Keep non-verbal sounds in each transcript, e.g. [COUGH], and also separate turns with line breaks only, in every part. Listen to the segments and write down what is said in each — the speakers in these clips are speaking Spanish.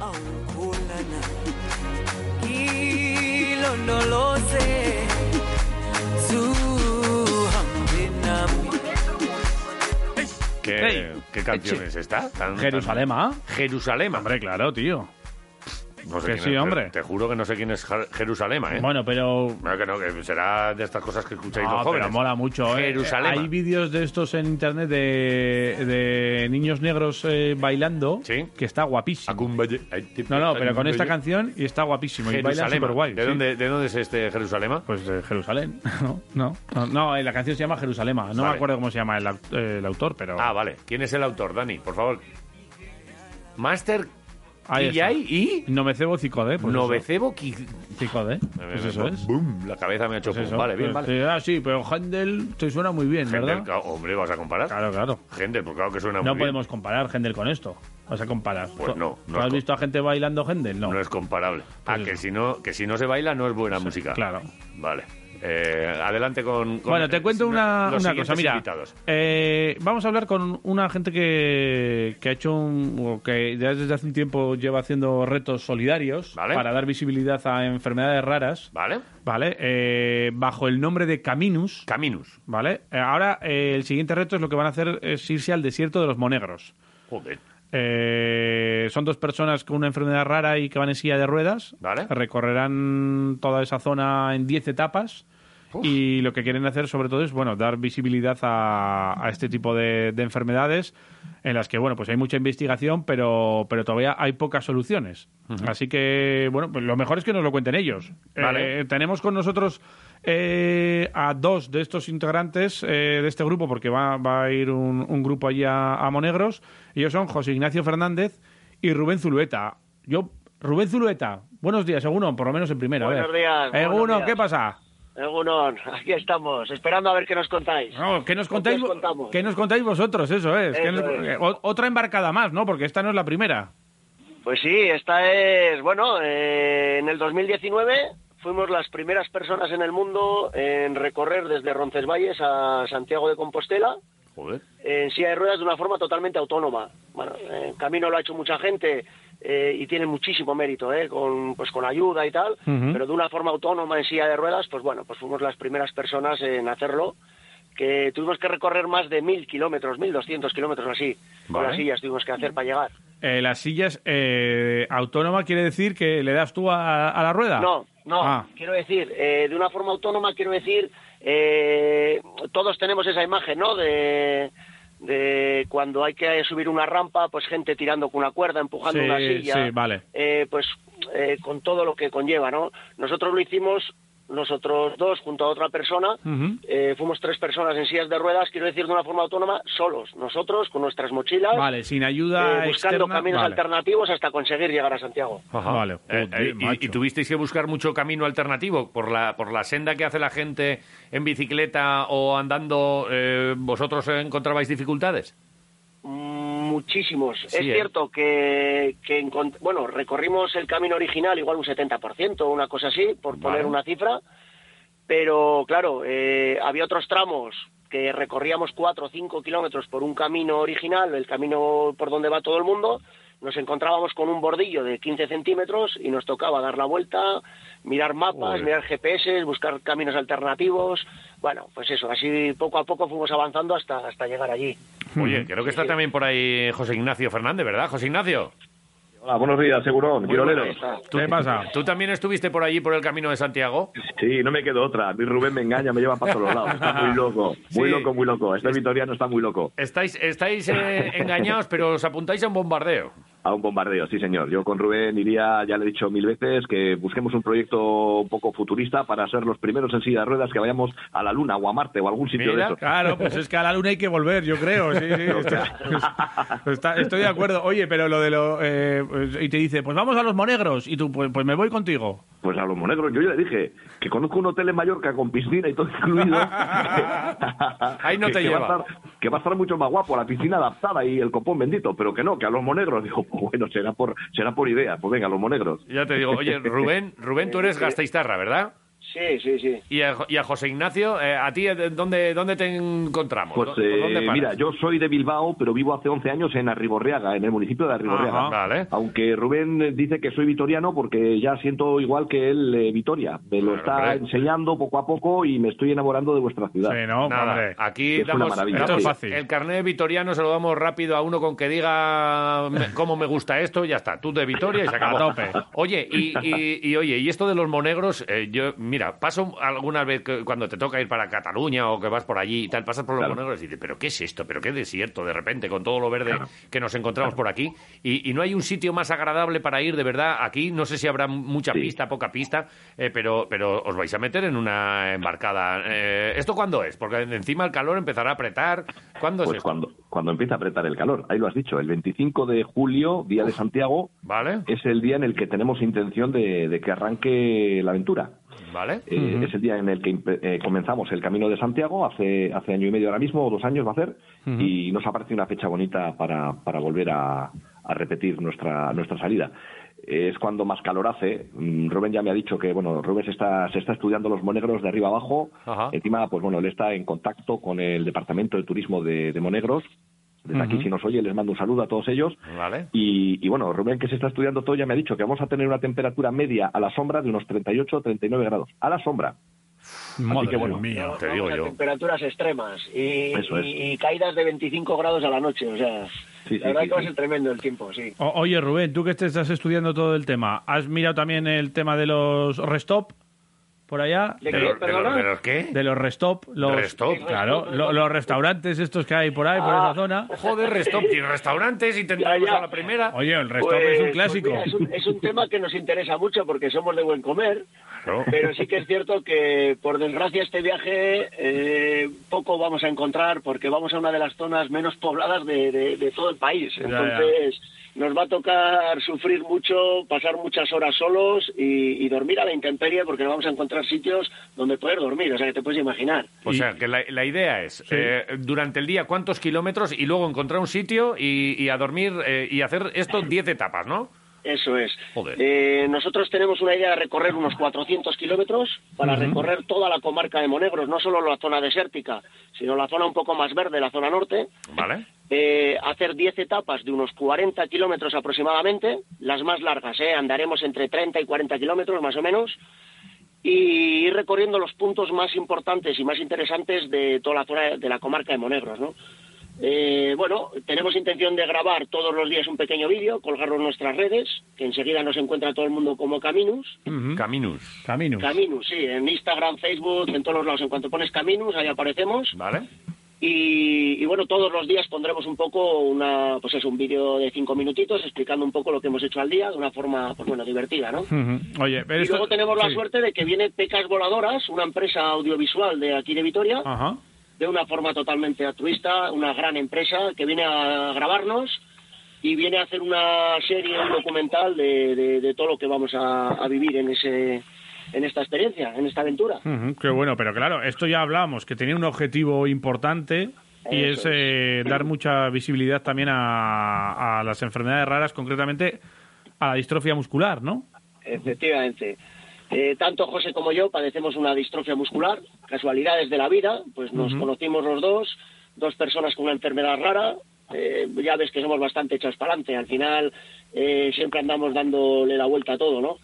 awukhulana ilondoloze zuhambe nami
¿Qué,
Ey,
¿qué canción
eche.
es esta? Tan- tan- ¿ah?
Jerusalema.
Jerusalema.
Hombre, claro, tío.
No sé quién
que
es,
sí,
te-
hombre.
Te juro que no sé quién es Jer- Jerusalema, ¿eh?
Bueno, pero...
Bueno, que no, que será de estas cosas que escucháis
No,
los jóvenes.
pero mola mucho. ¿eh?
Jerusalema.
Hay vídeos de estos en internet de, de niños negros eh, bailando,
Sí.
que está guapísimo.
Acumbaye-
No, no, pero con esta
Acumbaye-
canción y está guapísimo. Y baila
Jerusalema.
súper guay.
¿De, dónde, ¿De dónde es este Jerusalema?
Pues de Jerusalén. [LAUGHS] No, no, no, no, eh, la canción se llama Jerusalema. No
Vale.
me acuerdo cómo se llama el, au- eh, el autor, pero...
Ah, vale. ¿Quién es el autor, Dani? Por favor. Master
ahí está.
Kiyai y
Novecebo Cicode. Pues
Novecebo Ki-
eso. Cicode. Pues eso es.
Boom, la cabeza me ha hecho
Pues
pum.
eso.
Vale, bien,
Pues-
vale.
Ah, sí, pero Händel te suena muy bien,
Händel,
¿verdad?
claro, hombre, ¿vas a comparar?
Claro, claro.
Händel, pues claro que suena
No
muy bien.
podemos comparar Händel con esto. Vas a comparar.
Pues
¿Tú-
no, no
¿Tú
es
has
co-
visto a gente bailando Händel? No.
No es comparable. ah,
eso.
que si, no, que si no se baila no es buena música.
Pues claro.
Vale. Eh, adelante con, con-
Bueno, te cuento
eh,
una,
los
una
siguientes
cosa. Mira,
invitados.
eh, vamos a hablar con una gente que, que ha hecho un. o que ya desde hace un tiempo lleva haciendo retos solidarios
Vale.
para dar visibilidad a enfermedades raras.
¿Vale?
¿Vale? Eh, bajo el nombre de Caminus.
Caminus.
¿Vale? Eh, Ahora eh, el siguiente reto es lo que van a hacer es irse al desierto de los monegros.
Joder.
Eh, son dos personas con una enfermedad rara y que van en silla de ruedas.
Vale.
Recorrerán toda esa zona en 10 etapas. Y lo que quieren hacer, sobre todo, es bueno, dar visibilidad a, a este tipo de, de enfermedades en las que bueno, pues hay mucha investigación, pero, pero todavía hay pocas soluciones. Así que, bueno, pues lo mejor es que nos lo cuenten ellos.
Vale.
Eh, tenemos con nosotros eh, a dos de estos integrantes eh, de este grupo, porque va, va a ir un, un grupo allí a, a Monegros. Ellos son José Ignacio Fernández y Rubén Zulueta. Yo, Rubén Zulueta, buenos días, Egunon, por lo menos en primera. a ver.
Buenos días, buenos
Egunon,
días.
¿qué pasa?
Egunon, [LAUGHS] aquí estamos, esperando a ver qué nos contáis.
No, ¿Qué nos contáis,
¿Qué os Pues contamos?
qué nos contáis vosotros? Eso es. ¿Qué
Eso
nos- eh,
es.
o- Otra embarcada más, ¿no? Porque esta no es la primera.
Pues sí, esta es, bueno, eh, en el 2019 fuimos las primeras personas en el mundo en recorrer desde Roncesvalles a Santiago de Compostela
Joder.
en silla de ruedas de una forma totalmente autónoma. Bueno, eh, el camino lo ha hecho mucha gente eh, y tiene muchísimo mérito, ¿eh? con, pues con ayuda y tal,
Ujú.
pero de una forma autónoma en silla de ruedas, pues bueno, pues fuimos las primeras personas en hacerlo, que tuvimos que recorrer más de mil kilómetros, mil doscientos kilómetros así, con
Vale.
las sillas tuvimos que hacer para llegar.
Eh, las sillas eh, autónoma quiere decir que le das tú a, a la rueda.
No, no,
Ah,
quiero decir, eh, de una forma autónoma, quiero decir, eh, todos tenemos esa imagen, ¿no? De, de cuando hay que subir una rampa, pues gente tirando con una cuerda, empujando
Sí,
una silla,
sí, vale.
eh, pues eh, con todo lo que conlleva, ¿no? Nosotros lo hicimos, nosotros dos, junto a otra persona,
Ujú.
eh, fuimos tres personas en sillas de ruedas, quiero decir, de una forma autónoma, solos, nosotros, con nuestras mochilas,
Vale, sin
eh,
ayuda
buscando
externa.
caminos
vale.
alternativos hasta conseguir llegar a Santiago.
Vale,
Eh,
joder,
eh, y-
macho.
y, tuvisteis que buscar mucho camino alternativo por la, por la senda que hace la gente en bicicleta o andando. eh, ¿Vosotros encontrabais dificultades?
Muchísimos.
Sí,
es
¿eh?
cierto que, que encont- bueno, recorrimos el camino original igual un 70%, una cosa así, por poner
Vale.
una cifra, pero claro, eh, había otros tramos que recorríamos 4 o 5 kilómetros por un camino original, el camino por donde va todo el mundo, nos encontrábamos con un bordillo de 15 centímetros y nos tocaba dar la vuelta, mirar mapas,
Joder.
mirar GPS, buscar caminos alternativos. Bueno, pues eso, así poco a poco fuimos avanzando hasta, hasta llegar allí.
Oye, creo que está
sí.
también por ahí José Ignacio Fernández, ¿verdad, José Ignacio?
Hola, buenos días, Segurón, Quiroleros.
Ahí está.
¿Qué pasa?
¿Tú también estuviste por allí, por el camino de Santiago?
Sí, no me quedo otra. A mí Rubén me engaña, me lleva para todos lados. Está muy loco, muy
Sí.
loco, muy loco. Este vitoriano está muy loco.
Estáis, estáis eh, engañados, pero os apuntáis a un bombardeo.
A un bombardeo, sí señor. Yo con Rubén iría, ya le he dicho mil veces, que busquemos un proyecto un poco futurista para ser los primeros en silla de ruedas que vayamos a la Luna o a Marte o a algún sitio
Mira,
de esos.
Claro, pues es que a la luna hay que volver, yo creo. Sí,
[LAUGHS]
sí,
[LAUGHS]
está- está- estoy de acuerdo. Oye, pero lo de lo. eh, pues- y te dice, pues vamos a los monegros. Y tú, pues, pues me voy contigo.
Pues a los monegros, yo ya le dije que conozco un hotel en Mallorca con piscina y todo incluido.
[LAUGHS] Ahí no
Que-
te
que va a
lleva.
estar- que va a estar mucho más guapo, la piscina adaptada y el copón bendito, pero que no, que a los monegros. [LAUGHS] Digo, pues bueno, será por, será por idea. Pues venga, a los monegros. [LAUGHS]
Ya te digo, oye, Rubén, Rubén, tú eres gasteiztarra, ¿verdad?
Sí, sí, sí.
Y a, Jo- y a José Ignacio, eh, ¿a ti eh, dónde, dónde te encontramos?
Pues
¿Dó- por
eh,
dónde paras?
mira, yo soy de Bilbao, pero vivo hace 11 años en Arriborriaga, en el municipio de Arriborriaga.
Ajá, vale.
Aunque Rubén eh, dice que soy vitoriano porque ya siento igual que él eh, Vitoria. Me lo
Claro,
está
hombre.
enseñando poco a poco y me estoy enamorando de vuestra ciudad.
Sí, no,
Nada,
hombre.
Ah,
aquí
Es una
damos,
maravilla.
damos
Esto es fácil.
el carnet vitoriano, se lo damos rápido a uno con que diga me- cómo me gusta esto, ya está, tú de Vitoria y se acabó.
A tope.
Oye, y, y- y oye, y esto de los monegros, eh, yo, mira, paso alguna vez que- cuando te toca ir para Cataluña o que vas por allí y tal, pasas por los
Claro.
monegros y dices, pero ¿qué es esto? ¿Pero qué desierto de repente con todo lo verde que nos encontramos por aquí? Y, y no hay un sitio más agradable para ir, de verdad, aquí, no sé si habrá mucha
Sí.
pista, poca pista, eh, pero, pero os vais a meter en una embarcada. Eh, ¿Esto cuándo es? Porque encima el calor empezará a apretar. ¿Cuándo es
Pues
esto?
cuando, cuando empieza a apretar el calor, ahí lo has dicho, el 25 de julio, día de Santiago,
¿Vale?
es el día en el que tenemos intención de, de que arranque la aventura.
¿Vale?
Eh, Es el día en el que imp- eh, comenzamos el Camino de Santiago, hace, hace año y medio ahora mismo, o dos años va a hacer, y nos aparece una fecha bonita para, para volver a, a repetir nuestra, nuestra salida. Eh, Es cuando más calor hace. Mm, Rubén ya me ha dicho que, bueno, Rubén se está, se está estudiando los monegros de arriba abajo.
Ajá.
Encima, pues bueno, él está en contacto con el Departamento de Turismo de, de Monegros. Desde aquí, si nos oye, les mando un saludo a todos ellos.
Vale.
Y, y bueno, Rubén, que se está estudiando todo, ya me ha dicho que vamos a tener una temperatura media a la sombra de unos 38 o 39 grados. A la sombra.
Madre
que bueno.
mía.
No,
te
no,
digo
las
yo.
Temperaturas extremas y,
Eso es.
y- y caídas de 25 grados a la noche. O sea,
Sí, sí,
la verdad
sí,
que va
sí.
a ser tremendo el tiempo, sí.
O- oye, Rubén, tú que te estás estudiando todo el tema, ¿has mirado también el tema de los restop por allá?
¿De
¿De,
qué?
los- de los-
¿Perdona?
de los qué?
De los restop, los
Restop.
claro, lo- los restaurantes estos que hay por ahí, por
Ah.
esa zona.
Joder, restop y restaurantes y tendremos
Ya, ya.
a la primera.
Oye, el restop
Pues,
es un
pues
clásico.
mira, es, un, es un tema que nos interesa mucho porque somos de buen comer,
Claro.
pero sí que es cierto que, por desgracia, este viaje eh, poco vamos a encontrar porque vamos a una de las zonas menos pobladas de, de- de todo el país.
ya.
Entonces, nos va a tocar sufrir mucho, pasar muchas horas solos y, y dormir a la intemperie porque no vamos a encontrar sitios donde poder dormir, o sea que te puedes imaginar.
O sea, que la, la idea es, eh, durante el día, ¿cuántos kilómetros? Y luego encontrar un sitio y, y a dormir eh, y hacer esto 10 etapas, ¿no?
Eso es.
Joder.
Eh, nosotros tenemos una idea de recorrer unos 400 kilómetros para recorrer toda la comarca de Monegros, no solo la zona desértica, sino la zona un poco más verde, la zona norte.
¿Vale?
Eh, hacer 10 etapas de unos 40 kilómetros aproximadamente, las más largas, ¿eh? andaremos entre 30 y 40 kilómetros más o menos, y ir recorriendo los puntos más importantes y más interesantes de toda la zona de la comarca de Monegros. ¿no? Eh, bueno, tenemos intención de grabar todos los días un pequeño vídeo, colgarlo en nuestras redes, que enseguida nos encuentra todo el mundo como Caminus.
Caminus.
Caminos.
Caminus, sí, en Instagram, Facebook, en todos los lados. En cuanto pones Caminus, ahí aparecemos.
¿Vale?
Y, y bueno, todos los días pondremos un poco una, pues es un vídeo de cinco minutitos explicando un poco lo que hemos hecho al día de una forma, pues bueno, divertida, ¿no?
Ujú. Oye, pero
Y
esto-
luego tenemos la
sí.
suerte de que viene Pecas Voladoras, una empresa audiovisual de aquí de Vitoria,
Ajá.
de una forma totalmente altruista, una gran empresa que viene a grabarnos y viene a hacer una serie, un documental de, de- de todo lo que vamos a, a vivir en ese en esta experiencia, en esta aventura.
Ujú, Qué bueno, pero claro, esto ya hablábamos, que tenía un objetivo importante y es
Eso
eh, dar mucha visibilidad también a, a las enfermedades raras, concretamente a la distrofia muscular, ¿no?
Efectivamente. Eh, tanto José como yo padecemos una distrofia muscular, casualidades de la vida, pues nos conocimos los dos, dos personas con una enfermedad rara, eh, ya ves que somos bastante echados para adelante, al final eh, siempre andamos dándole la vuelta a todo, ¿no?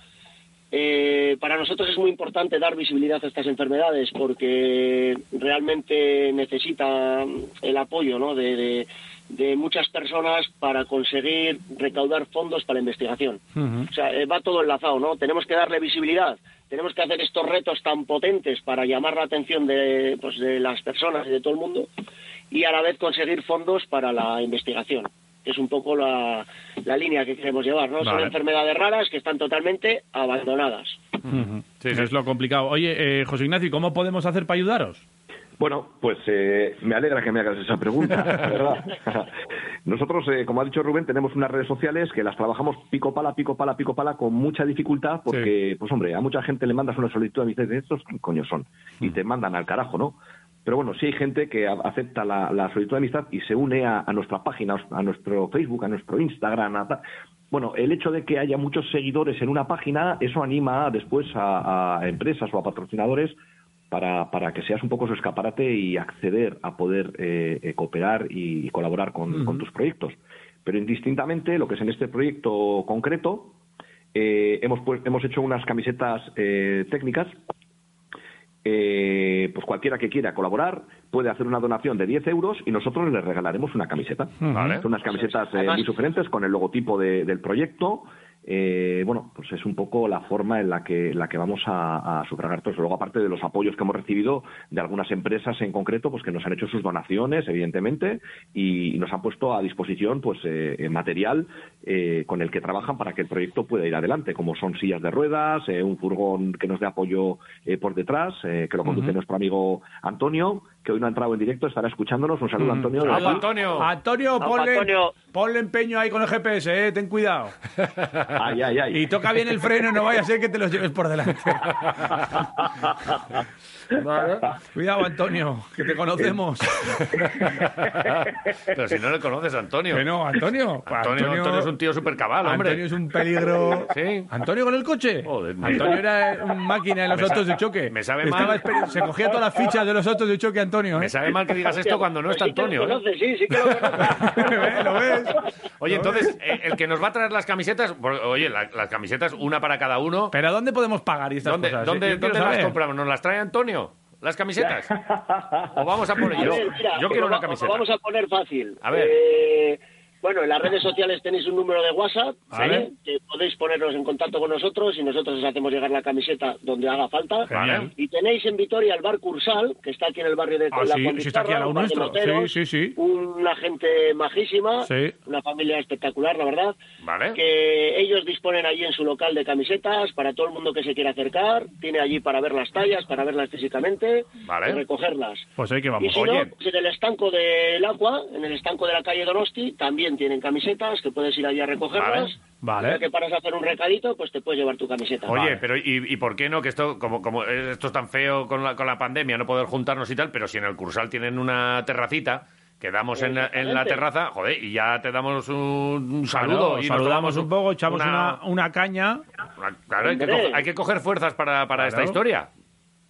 Eh, para nosotros es muy importante dar visibilidad a estas enfermedades porque realmente necesita el apoyo ¿no? de, de- de muchas personas para conseguir recaudar fondos para investigación. O sea, eh, va todo enlazado, ¿no? Tenemos que darle visibilidad, tenemos que hacer estos retos tan potentes para llamar la atención de, pues, de las personas y de todo el mundo y a la vez conseguir fondos para la investigación. que Es un poco la, la línea que queremos llevar, ¿no? Son
Vale.
enfermedades raras que están totalmente abandonadas.
Sí, sí.
Es lo complicado. Oye, eh, José Ignacio, ¿y ¿cómo podemos hacer para ayudaros?
Bueno, pues eh, me alegra que me hagas esa pregunta, la ¿verdad? Nosotros, eh, como ha dicho Rubén, tenemos unas redes sociales que las trabajamos pico pala, pico pala, pico pala, con mucha dificultad, porque, pues hombre, a mucha gente le mandas una solicitud y dices, ¿estos qué coño son? Y te mandan al carajo, ¿no? Pero bueno, sí hay gente que a- acepta la, la solicitud de amistad y se une a, a nuestra página, a nuestro Facebook, a nuestro Instagram. a ta- Bueno, el hecho de que haya muchos seguidores en una página, eso anima después a, a empresas o a patrocinadores para, para que seas un poco su escaparate y acceder a poder eh, eh, cooperar y, y colaborar con, con tus proyectos. Pero indistintamente, lo que es en este proyecto concreto, eh, hemos, pues- hemos hecho unas camisetas eh, técnicas eh, pues cualquiera que quiera colaborar puede hacer una donación de 10 euros y nosotros le regalaremos una camiseta.
Vale.
Son unas camisetas eh,
Además-
muy sugerentes con el logotipo de- del proyecto. Eh, bueno, pues es un poco la forma en la que, la que vamos a, a sufragar todo eso. Luego, aparte de los apoyos que hemos recibido de algunas empresas en concreto, pues que nos han hecho sus donaciones, evidentemente, y nos han puesto a disposición pues eh, eh, material eh, con el que trabajan para que el proyecto pueda ir adelante, como son sillas de ruedas, eh, un furgón que nos dé apoyo eh, por detrás, eh, que lo conduce nuestro amigo Antonio, que hoy no ha entrado en directo, estará escuchándonos. Un saludo, Antonio.
Hola,
Desde aquí.
Antonio.
Antonio,
Vamos,
ponle,
Antonio.
ponle empeño ahí con el GPS, eh, ten cuidado.
Ay, ay,
[LAUGHS]
ay.
Y toca bien el freno, no vaya a ser que te los lleves por delante.
Vale.
Cuidado, Antonio, que te conocemos.
Pero si no le conoces, Antonio.
Que no, Antonio.
Antonio, Antonio es un tío súper cabal, hombre.
Antonio es un peligro.
Sí.
Antonio con el coche.
Joder, mira.
Antonio era una máquina en los
Me sa-
autos de choque.
me sabe
Estaba
mal.
esper- Se cogía todas las fichas de los autos de choque, Antonio. ¿eh? [LAUGHS]
Me sabe mal que digas esto
Hostia,
cuando no
pues
está
sí que
Antonio.
lo
¿eh?
conoces, sí, sí que lo conoces.
¿Ves? ¿Eh? ¿Lo ves?
Oye, entonces, eh, el que nos va a traer las camisetas, por- oye, la- las camisetas, una para cada uno.
Pero ¿dónde podemos pagar y estas
¿Dónde,
cosas? eh?
dónde-
Yo quiero
dónde las
saber.
compramos? ¿Nos las trae Antonio? ¿Las camisetas? ¿O vamos a
[LAUGHS]
por
A
ellas?
ver, mira,
Yo quiero
lo va-
una camiseta.
lo vamos a poner fácil.
A ver.
Eh, bueno, en las redes sociales tenéis un número de WhatsApp,
A
¿vale?
ver.
que podéis ponernos en contacto con nosotros y nosotros os hacemos llegar la camiseta donde haga falta.
Genial.
Y tenéis en Vitoria el bar Cursal, que está aquí en el barrio de
Ah,
la
sí,
Juan
sí, está aquí
Vizcarra,
al lado
un bar de
nuestro.
moteros,
Sí, sí, sí.
Una gente majísima,
Sí.
una familia espectacular, la verdad.
Vale.
Que ellos disponen allí en su local de camisetas para todo el mundo que se quiera acercar. Tiene allí para ver las tallas, para verlas físicamente
Vale.
y recogerlas.
Pues ahí que
Y
vamos.
si no, pues en el estanco del Aqua, en el estanco de la calle Donosti, también tienen camisetas que puedes ir allí a recogerlas.
Vale.
Y Ya que paras a hacer un recadito, pues te puedes llevar tu camiseta.
Oye, pero ¿y, y por qué no? Que esto, como, como esto es tan feo con la, con la pandemia, no poder juntarnos y tal, pero si en el Cursal tienen una terracita, quedamos en la, en la
Exactamente.
terraza, joder, y ya te damos un, un
Claro,
saludo. y nos tomamos
saludamos un poco, echamos una, una caña.
una- claro, hay que,
Hombre.
coger, hay que coger fuerzas para, para esta
Claro.
historia.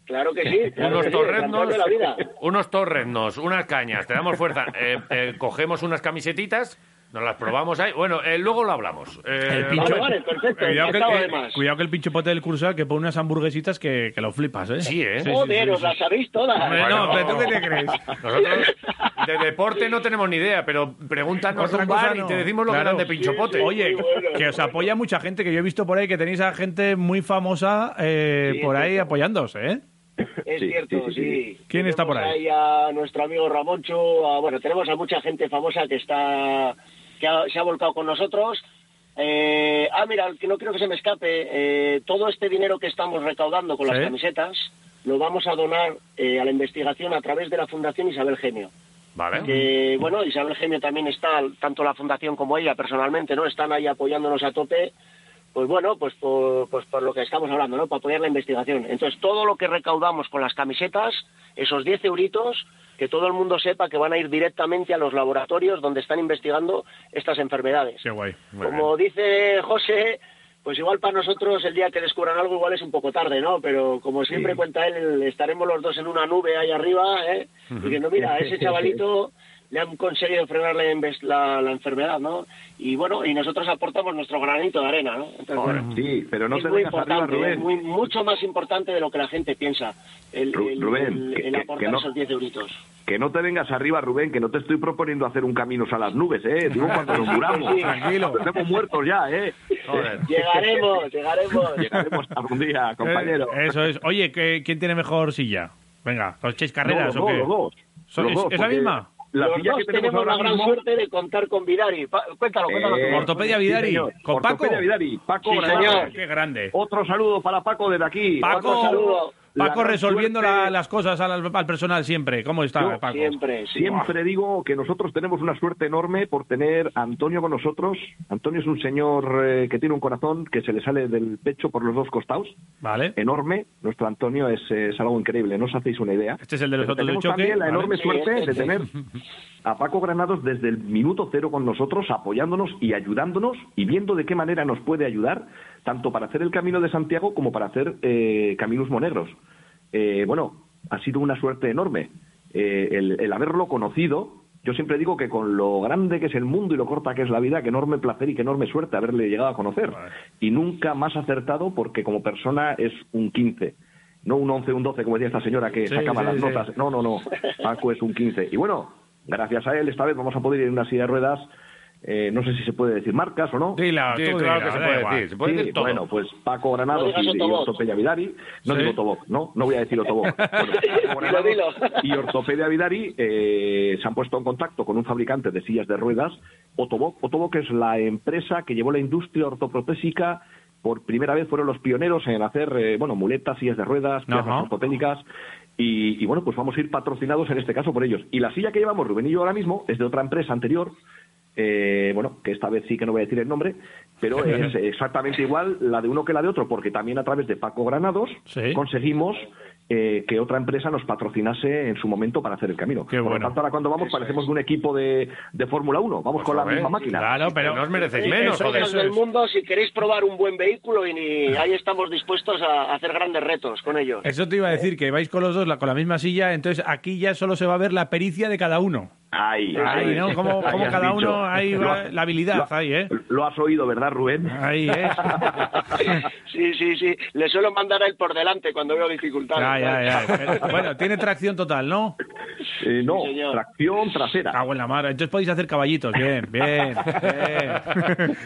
Claro
[LAUGHS]
que sí. claro
unos
que sí,
torreznos,
campeón de la vida.
unos torreznos, unas cañas, te damos fuerza, Eh, eh, cogemos unas camisetitas, nos las probamos ahí. Bueno, eh, luego lo hablamos. Eh,
El pincho.
Vale, vale, perfecto.
Cuidado, que,
encantado,
eh,
además.
cuidado que el pinche pote del cursal que pone unas hamburguesitas que, que lo flipas, ¿eh?
Sí, ¿eh?
Joder, os las sabéis todas.
Hombre, no,
Bueno.
pero ¿tú qué te crees?
Nosotros de deporte no tenemos ni idea, pero pregúntanos
Otra
un
cosa
bar y
no.
te decimos lo
Claro.
que dan de pinchopote.
Oye,
Muy bueno.
que os apoya mucha gente, que yo he visto por ahí que tenéis a gente muy famosa eh,
Sí,
por
es
ahí
cierto.
apoyándose, ¿eh?
Es
Sí,
cierto, sí,
sí, sí, sí.
¿Quién está por ahí?
a nuestro amigo Ramoncho, a- bueno, tenemos a mucha gente famosa que está que ha- se ha volcado con nosotros. Eh, ah, mira, que no quiero que se me escape, eh, todo este dinero que estamos recaudando con
Sí.
las camisetas lo vamos a donar eh, a la investigación a través de la Fundación Isabel Gemio.
Vale.
Que, bueno, Isabel Gemio también está, tanto la fundación como ella personalmente, ¿no? Están ahí apoyándonos a tope, pues bueno, pues por, pues por lo que estamos hablando, ¿no? Para apoyar la investigación. Entonces, todo lo que recaudamos con las camisetas, esos 10 euritos, que todo el mundo sepa que van a ir directamente a los laboratorios donde están investigando estas enfermedades.
Qué guay.
como dice José... Pues igual para nosotros el día que descubran algo igual es un poco tarde, ¿no? Pero como siempre
Sí.
cuenta él, estaremos los dos en una nube ahí arriba, ¿eh? Diciendo, mira, a ese chavalito le han conseguido frenar la, inves- la- la enfermedad, ¿no? Y bueno, y nosotros aportamos nuestro granito de arena, ¿no? Entonces, bueno,
Sí, pero no
es
te
muy
dejas arriba,
importante,
Rubén.
es muy- mucho más importante de lo que la gente piensa, el,
Ru-
el-
Rubén,
el-
que-
el
que-
aportar
que no.
esos 10 euritos.
Que no te vengas arriba, Rubén, que no te estoy proponiendo hacer un camino a las nubes, ¿eh?
[LAUGHS]
Digo, cuando nos muramos.
Tranquilo.
Nos hemos muertos ya, ¿eh?
Joder.
[LAUGHS]
Llegaremos, llegaremos.
Llegaremos
[LAUGHS]
algún día, compañero.
Eh, eso es. Oye, ¿qué- ¿quién tiene mejor silla? Venga, ¿os echáis carreras
No,
o
los
qué?
dos, los dos.
¿Son-
Los
es-
dos,
es la
porque
misma?
La
Los
silla
dos
que tenemos,
tenemos la
ahora
gran
mismo...
suerte de contar con Vidari. Pa- cuéntalo, cuéntalo.
Eh,
cuéntalo.
Ortopedia
sí,
Vidari,
señor.
con Paco.
Ortopedia Vidari, Paco
Sí,
Bradado.
señor.
Qué grande.
Otro saludo para Paco desde aquí.
Paco,
Paco, saludo.
Paco
gran
resolviendo
suerte-
la- las cosas al, al personal siempre. ¿Cómo está,
Yo
Paco?
Siempre, sí.
Siempre digo que nosotros tenemos una suerte enorme por tener a Antonio con nosotros. Antonio es un señor eh, que tiene un corazón que se le sale del pecho por los dos costados.
Vale.
Enorme. Nuestro Antonio es, eh, es algo increíble, no os hacéis una idea.
Este es el de los
Pero
autos de
tenemos
choque,
también la
¿vale?
enorme
Sí,
suerte
este,
de
sí.
tener a Paco Granados desde el minuto cero con nosotros, apoyándonos y ayudándonos y viendo de qué manera nos puede ayudar, tanto para hacer el Camino de Santiago como para hacer eh, Caminos Monegros. Eh, bueno, ha sido una suerte enorme. Eh, el, el haberlo conocido, yo siempre digo que con lo grande que es el mundo y lo corta que es la vida, qué enorme placer y qué enorme suerte haberle llegado a conocer. Y nunca más acertado porque como persona es un 15. No un 11, un 12, como decía esta señora que
Sí,
sacaba
sí,
las
sí.
notas. No, no, no. Paco es un 15. Y bueno, gracias a él, esta vez vamos a poder ir en una silla de ruedas. eh, no sé si se puede decir marcas o no.
Dila,
Sí,
tú
claro
dila,
que se
da
puede
igual.
decir. Se puede
Sí,
decir todo.
Bueno, pues Paco Granados
No digas
y, y
Ortoboc.
Ortopedia Vidari. No
Sí.
digo Toboc, ¿no? No voy a
[LAUGHS]
decir Otoboc. Bueno,
Dilo,
Paco
dilo.
Granados y Ortopedia Vidari eh, se han puesto en contacto con un fabricante de sillas de ruedas, Otoboc. Otoboc es la empresa que llevó la industria ortoprotésica. Por primera vez fueron los pioneros en hacer, eh, bueno, muletas, sillas de ruedas, piernas
Ajá.
ortopédicas. Y, y bueno, pues vamos a ir patrocinados en este caso por ellos. Y la silla que llevamos Rubén y yo ahora mismo es de otra empresa anterior, eh, bueno, que esta vez sí que no voy a decir el nombre,
[LAUGHS]
pero es exactamente igual la de uno que la de otro, porque también a través de Paco Granados
Sí.
conseguimos eh, que otra empresa nos patrocinase en su momento para hacer el camino.
Qué
Por lo
bueno.
tanto, ahora cuando vamos parecemos de un equipo de, de Fórmula 1,
Pues
vamos con la
joder,
misma máquina.
Claro, pero eh,
No os merecéis
Sí,
menos,
eso-
joder.
eso del mundo, si queréis probar un buen vehículo, y ni-
Ah.
ahí estamos dispuestos a hacer grandes retos con ellos.
Eso te iba a decir, que vais con los dos, la- con la misma silla, entonces aquí ya solo se va a ver la pericia de cada uno.
Ahí,
Ahí,
ahí.
¿no? Como,
Ahí
como
has
cada
dicho.
uno, ahí va
Lo-
la habilidad, ahí, ¿eh?
Lo has oído, ¿verdad, Rubén?
Ahí,
[LAUGHS]
¿eh?
[LAUGHS] Sí, sí, sí. Le suelo mandar a él por delante cuando veo dificultades.
Ya, ya,
¿sabes?
ya.
[LAUGHS]
Pero, Bueno, tiene tracción total, ¿no?
Eh, no,
Sí, señor.
tracción trasera.
Cago en la mar. Entonces podéis hacer caballitos. Bien, bien, bien.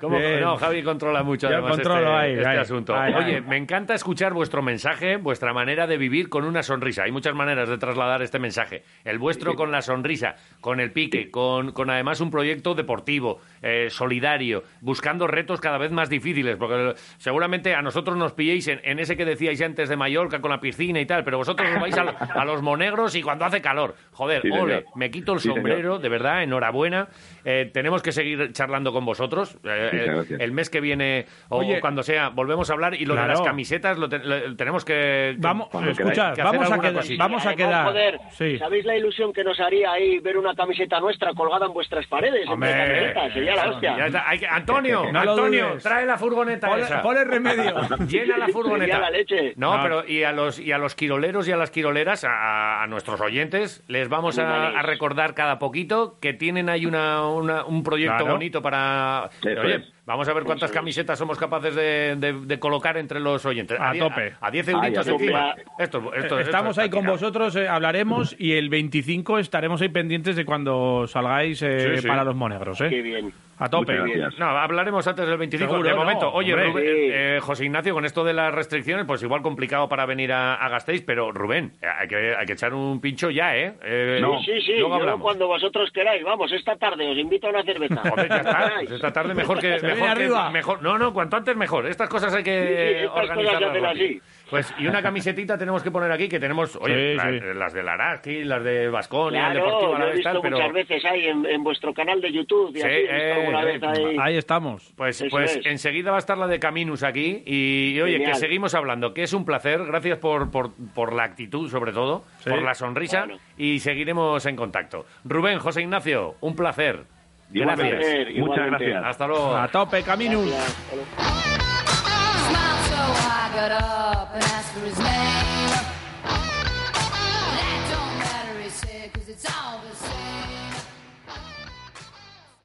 ¿Cómo?
Bien.
No, Javi controla mucho
Yo
además
controlo
este,
ahí,
este
ahí,
asunto.
ahí,
Oye,
ahí.
me encanta escuchar vuestro mensaje, vuestra manera de vivir con una sonrisa. Hay muchas maneras de trasladar este mensaje. El vuestro con la sonrisa, con el pique, con, con además un proyecto deportivo, eh, solidario, buscando retos cada vez más difíciles, porque seguramente a nosotros nos pilléis en, en ese que decíais antes de Mallorca con la piscina y tal, pero vosotros os vais a, a los monegros y cuando hace calor. Joder,
Sí, señor.
ole, me quito el
Sí, señor.
sombrero de verdad, enhorabuena. Eh, tenemos que seguir charlando con vosotros. Eh,
Muchas
eh,
gracias.
el mes que viene o
Oye.
cuando sea, volvemos a hablar y lo
Claro.
de las camisetas lo te- lo- tenemos que. que-
Vamos,
Cuando
escuchad,
queráis.
Que hacer
vamos a,
alguna
quedar,
cosilla.
vamos a
Además,
quedar.
joder,
Sí.
¿Sabéis la ilusión que nos haría ahí ver una camiseta nuestra colgada en vuestras paredes? en
Hombre, eh,
vez de camisetas? Sería la hostia.
Ya está, hay que- Antonio,
No lo
Antonio,
dudes.
trae la furgoneta
Ponle,
esa.
ponle remedio.
[LAUGHS] Llena la furgoneta.
Sería la leche.
No,
No.
pero y a los y a los quiroleros y a las quiroleras, a, a nuestros oyentes, les vamos a, a recordar cada poquito que tienen ahí una, una- un proyecto
Claro.
bonito para.
Eso
Oye,
es.
vamos a ver cuántas camisetas somos capaces de, de- de colocar entre los oyentes.
A
die-
tope.
A 10
Ay,
euritos
a tope.
encima. Esto, esto- esto
Estamos
es
ahí con
práctica.
vosotros, eh, hablaremos y el 25 estaremos ahí pendientes de cuando salgáis eh,
Sí, sí.
para los monegros.
Qué
¿eh?
bien.
A tope.
Muchas gracias.
No, hablaremos antes del 25
Seguro,
de
no,
momento. Oye,
hombre.
Rubén,
Sí.
eh, José Ignacio, con esto de las restricciones, pues igual complicado para venir a, a Gasteiz, pero Rubén, hay que, hay que echar un pincho ya, ¿eh? Eh,
No.
sí, sí,
luego
yo
hablamos.
cuando vosotros queráis. Vamos, esta tarde os invito a una cerveza.
Hombre, ya
[LAUGHS]
está.
Caray.
Pues esta tarde mejor que,
Se viene
mejor, que-
arriba.
mejor- No, no, cuanto antes mejor. Estas cosas hay
Sí, sí,
que
estas cosas
organizarlas
se hacen
rápido.
así.
Pues, y una camisetita tenemos que poner aquí, que tenemos, oye,
Sí,
la-
sí.
las de Laraki, las de Vasconia, el Deportivo
Claro, lo he
Alavés,
visto
tal, pero...
muchas veces ahí en, en vuestro canal de YouTube. Y
Sí,
así, he visto
eh,
alguna
eh,
vez ahí.
Ahí estamos.
Pues,
Eso
pues
es.
enseguida va a estar la de Caminus aquí y, y, oye,
Genial.
que seguimos hablando, que es un placer, gracias por, por, por la actitud sobre todo,
Sí.
por la sonrisa
Bueno.
y seguiremos en contacto. Rubén, José Ignacio, un placer.
Igualmente.
Gracias.
Muchas
Igualmente.
gracias.
Hasta luego.
A tope, Caminus.
Gracias. Hasta luego.
smiled, so I got up and asked for his name. That don't matter, he said, 'cause it's all the same.